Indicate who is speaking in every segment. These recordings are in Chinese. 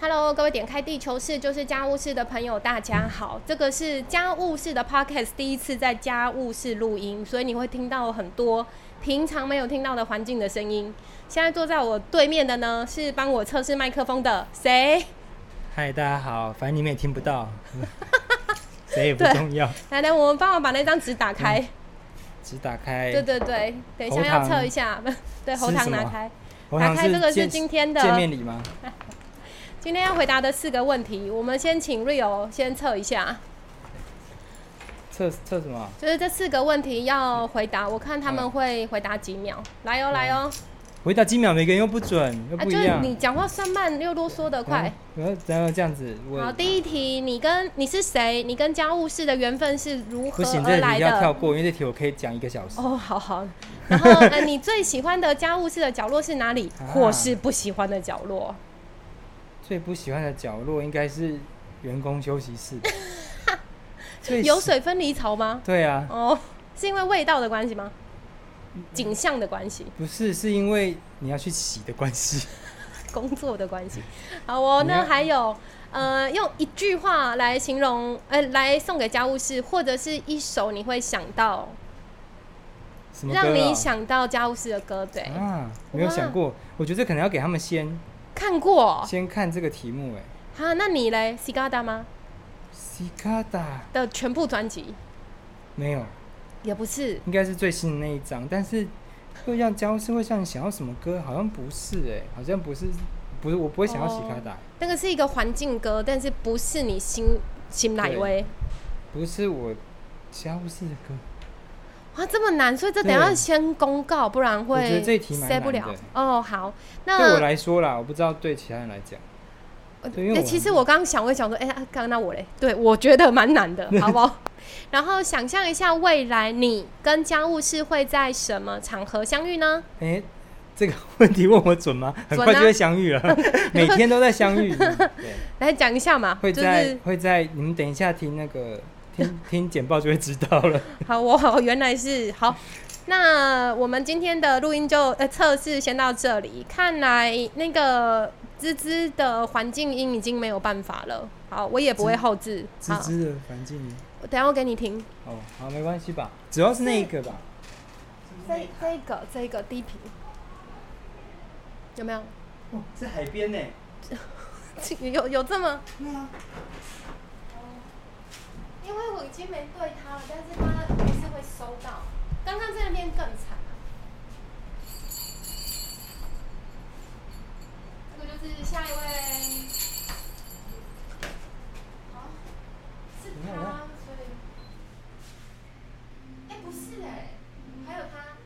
Speaker 1: Hello，各位点开地球室就是家务室的朋友，大家好。这个是家务室的 Podcast 第一次在家务室录音，所以你会听到很多平常没有听到的环境的声音。现在坐在我对面的呢是帮我测试麦克风的谁？
Speaker 2: 嗨，大家好，反正你们也听不到， 嗯谁也不
Speaker 1: 对
Speaker 2: 重要，
Speaker 1: 来来，我们帮我把那张纸打开。
Speaker 2: 只打开。
Speaker 1: 对对对，等一下
Speaker 2: 喉
Speaker 1: 要
Speaker 2: 糖
Speaker 1: 测一下，对，喉
Speaker 2: 吃
Speaker 1: 糖哦
Speaker 2: 什
Speaker 1: 拿
Speaker 2: 么
Speaker 1: 开。
Speaker 2: 我
Speaker 1: 打
Speaker 2: 想
Speaker 1: 开这个是
Speaker 2: 见
Speaker 1: 今天的
Speaker 2: 见面礼吗？
Speaker 1: 今天要回答的四个问题，我们先请 Rio 先测一下，
Speaker 2: 测测什么？
Speaker 1: 就是这四个问题要回答，我看他们会回答几秒。来哦，来哦，
Speaker 2: 回答几秒，每个人又不准，又
Speaker 1: 啊，
Speaker 2: 不
Speaker 1: 就
Speaker 2: 一
Speaker 1: 是
Speaker 2: 样。
Speaker 1: 你讲话算慢又啰嗦的快。
Speaker 2: 嗯，然后然后这样子，
Speaker 1: 好，
Speaker 2: 我
Speaker 1: 第一题，你跟你是谁？你跟家务室的缘分是如
Speaker 2: 不
Speaker 1: 何
Speaker 2: 行，
Speaker 1: 而
Speaker 2: 这
Speaker 1: 来
Speaker 2: 题要跳
Speaker 1: 的？
Speaker 2: 过，因为这题我可以讲一个小时。
Speaker 1: 哦，好 好。然后，呃，你最喜欢的家务室的角落是哪里，
Speaker 2: 啊
Speaker 1: 或是不喜欢的角落？
Speaker 2: 最不喜欢的角落应该是员工休息室。 最
Speaker 1: 有
Speaker 2: 喜？
Speaker 1: 水分离槽 吗？
Speaker 2: 对啊，
Speaker 1: 哦，是因为味道的关系吗？景象的关系，
Speaker 2: 不是，是因为你要去洗的关系。
Speaker 1: 工作的关系。好哦，
Speaker 2: 你
Speaker 1: 那
Speaker 2: 要
Speaker 1: 还有，呃，用一句话来形容，呃，来送给家务室，或者是一首你会想到，
Speaker 2: 什么歌啊？
Speaker 1: 让你想到家务室的歌，对，
Speaker 2: 啊？没有
Speaker 1: 哇
Speaker 2: 想过，我觉得可能要给他们先
Speaker 1: 看过。
Speaker 2: 先看这个题目，哎。
Speaker 1: 哈，那你嘞，Sigada 吗？
Speaker 2: 西卡达
Speaker 1: 的全部专辑
Speaker 2: 没有，
Speaker 1: 也不是，
Speaker 2: 应该是最新的那一张，但是会让教室会像你想要什么歌，好像不是哎、好像不是，不是我不会想要西卡达，
Speaker 1: 那个是一个环境歌，但是不是你心心来威。
Speaker 2: 不是我教室的歌，
Speaker 1: 哇，这么难，所以这等一下
Speaker 2: 对
Speaker 1: 先公告，不然
Speaker 2: 我觉
Speaker 1: 会
Speaker 2: 得这一题蛮
Speaker 1: 塞不
Speaker 2: 难
Speaker 1: 了
Speaker 2: 的。
Speaker 1: 哦，好，
Speaker 2: 对我
Speaker 1: 那
Speaker 2: 来说啦，我不知道对其他人来讲，
Speaker 1: 呃
Speaker 2: 对因为
Speaker 1: 诶
Speaker 2: 我
Speaker 1: 其实我刚刚想，我也想说，哎、啊刚刚那我嘞，对我觉得蛮难 的，好不好？然后想象一下未来，你跟家务室会在什么场合相遇呢？
Speaker 2: 哎、这个问题问我准吗？很
Speaker 1: 准啊
Speaker 2: 快就会相 遇了，每天都在相遇，对，
Speaker 1: 来讲一下嘛，
Speaker 2: 会
Speaker 1: 就
Speaker 2: 在、
Speaker 1: 是
Speaker 2: 会在你们等一下听那个 听听简报就会知道了。
Speaker 1: 好，我好，原来是好。那我们今天的录音就呃测试先到这里，看来那个滋滋的环境音已经没有办法了。好，我也不会后置。
Speaker 2: 芝
Speaker 1: 好，
Speaker 2: 芝的环境。
Speaker 1: 我等一下我给你听。
Speaker 2: 哦，好，没关系吧，主要是那一个吧。
Speaker 1: 这这个这个低频有没有？
Speaker 2: 哦，是海边呢。
Speaker 1: 这 有有这么？
Speaker 2: 对啊，
Speaker 1: 因为我已经没对它了，但是它还是会收到。刚刚在那边更惨、啊这个就是下一位。好，是他，所以。哎、不是哎、还有他。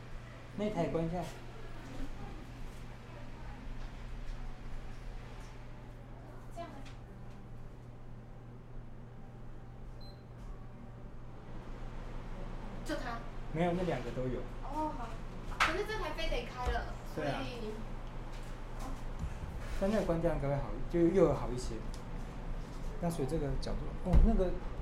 Speaker 2: 那台关一下。
Speaker 1: 这样吗就他。
Speaker 2: 没有，那两个都有。
Speaker 1: 哦，好。可是这台非得开了，所以
Speaker 2: 对啊但那个关掉应该会好，就又有好一些。那所以这个角度，哦，那个